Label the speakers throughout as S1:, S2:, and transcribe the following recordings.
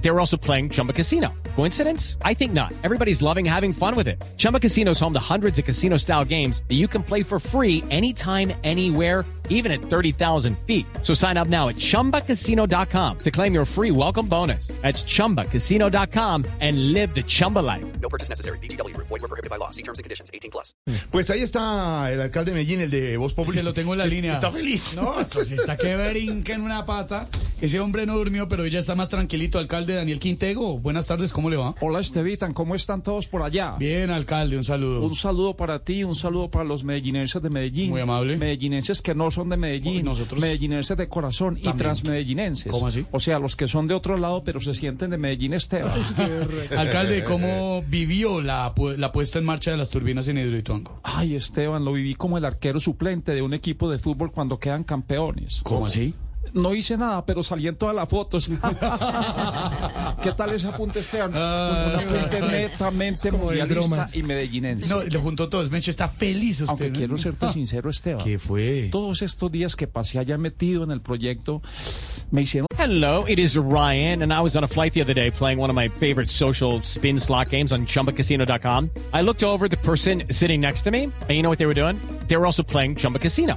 S1: They were also playing Chumba Casino. Coincidence? I think not. Everybody's loving having fun with it. Chumba Casino is home to hundreds of casino style games that you can play for free anytime, anywhere even at 30,000 feet. So sign up now at ChumbaCasino.com to claim your free welcome bonus. That's ChumbaCasino.com and live the Chumba life.
S2: No purchase necessary. BGW. Void were prohibited by law. See terms and conditions. 18 plus.
S3: Pues ahí está el alcalde de Medellín, el de Voz Populi.
S4: Se lo tengo en la línea.
S3: Está feliz.
S4: No, eso sí está que brinca en una pata. Ese hombre no durmió, pero hoy ya está más tranquilito. Alcalde Daniel Quintego, buenas tardes, ¿cómo le va?
S5: Hola Estevitan, ¿cómo están todos por allá?
S4: Bien, alcalde, un saludo.
S5: Un saludo para ti, un saludo para los medellinenses de Medellín.
S4: Muy amable.
S5: Medellinenses que no son de Medellín.
S4: Uy, nosotros.
S5: Medellinenses de corazón y transmedellinenses.
S4: ¿Cómo así?
S5: O sea, los que son de otro lado pero se sienten de Medellín Esteba.
S4: Alcalde, ¿cómo vivió la, pu- la puesta en marcha de las turbinas en Hidroituango?
S5: Ay Esteban, lo viví como el arquero suplente de un equipo de fútbol cuando quedan campeones.
S4: ¿Cómo así?
S5: No hice nada, pero salí en todas las fotos. ¿Qué tal ese apunte, Esteban?
S4: Ah.
S5: un apunte netamente
S4: Como de
S5: mundialista
S4: bromas.
S5: y medellinense.
S4: No, le juntó todo. Es Mencho, está feliz usted.
S5: Aunque
S4: ¿no?
S5: quiero serte sincero, Esteban.
S4: ¿Qué fue?
S5: todos estos días que pasé allá metido en el proyecto, me hicieron
S1: Hello, it is Ryan, and I was on a flight the other day playing one of my favorite social spin slot games on ChumbaCasino.com. I looked over at the person sitting next to me, and you know what they were doing? They were also playing Chumba Casino.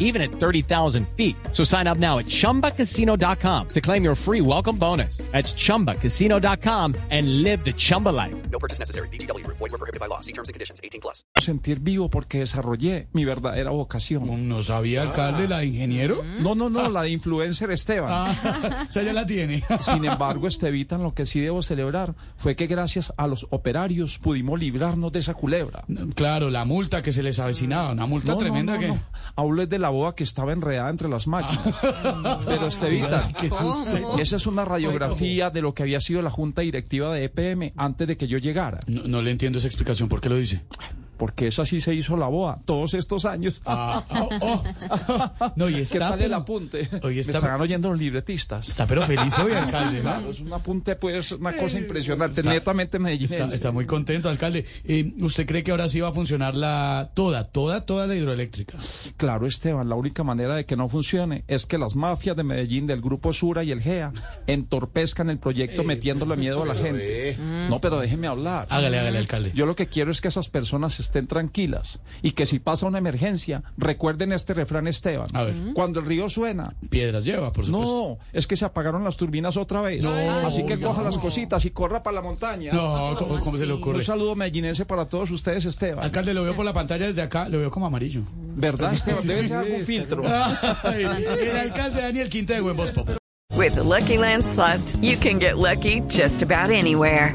S1: even at 30,000 feet. So sign up now at ChumbaCasino.com to claim your free welcome bonus. That's ChumbaCasino.com and live the Chumba life.
S2: No purchase necessary. BGW. Void were prohibited by law. See terms and conditions. 18 plus.
S5: sentir vivo porque desarrollé mi verdadera vocación.
S4: Mm, ¿No sabía, alcalde, la de ingeniero?
S5: No, no, no, la de influencer Esteban.
S4: Ah, o sea, ya la tiene.
S5: Sin embargo, Estevitan, lo que sí debo celebrar fue que gracias a los operarios pudimos librarnos de esa culebra.
S4: Claro, la multa que se les avecinaba, una multa
S5: No, no,
S4: tremenda
S5: no,
S4: que...
S5: no. Hablo es de la boa que estaba enredada entre las máquinas. Pero Estevitan,
S4: Ah. Qué susto.
S5: esa es una radiografía de lo que había sido la junta directiva de EPM antes de que yo llegara.
S4: No, no le entiendo esa explicación, ¿por qué lo dice?
S5: Porque esa sí se hizo la boa todos estos años.
S4: No, y
S5: ¿Qué
S4: está,
S5: tal el
S4: pero-
S5: apunte?
S4: Oye,
S5: Me
S4: está,
S5: estarán oyendo los libretistas.
S4: está pero feliz hoy, alcalde. ¿no?
S5: Claro, es un apunte, pues, una cosa impresionante, netamente
S4: Está,
S5: medellinense.
S4: está muy contento, alcalde. Eh, ¿Usted cree que ahora sí va a funcionar la toda, toda, toda la hidroeléctrica?
S5: Claro, Esteban, la única manera de que no funcione es que las mafias de Medellín, del Grupo Sura y el GEA, entorpezcan el proyecto
S4: Eh,
S5: metiéndole miedo a la gente. No, pero déjeme hablar.
S4: Hágale, hágale, alcalde.
S5: Ah. Yo lo que quiero es que esas personas estén tranquilas y que si pasa una emergencia, recuerden este refrán, Esteban.
S4: A ver.
S5: Cuando el río suena,
S4: Piedras lleva, por supuesto.
S5: No, es que se apagaron las turbinas otra vez. Así que coja las cositas y corra para la montaña.
S4: No, ¿cómo, cómo se le
S5: Un
S4: ocurre?
S5: saludo medellinense para todos ustedes, Esteban.
S4: Alcalde, lo veo por la pantalla desde acá, lo veo como amarillo.
S5: ¿Verdad, Esteban? Debe ser algún filtro.
S4: el alcalde Daniel Quintego en Voz Populi.
S6: With the Lucky Land slots, you can get lucky just about anywhere.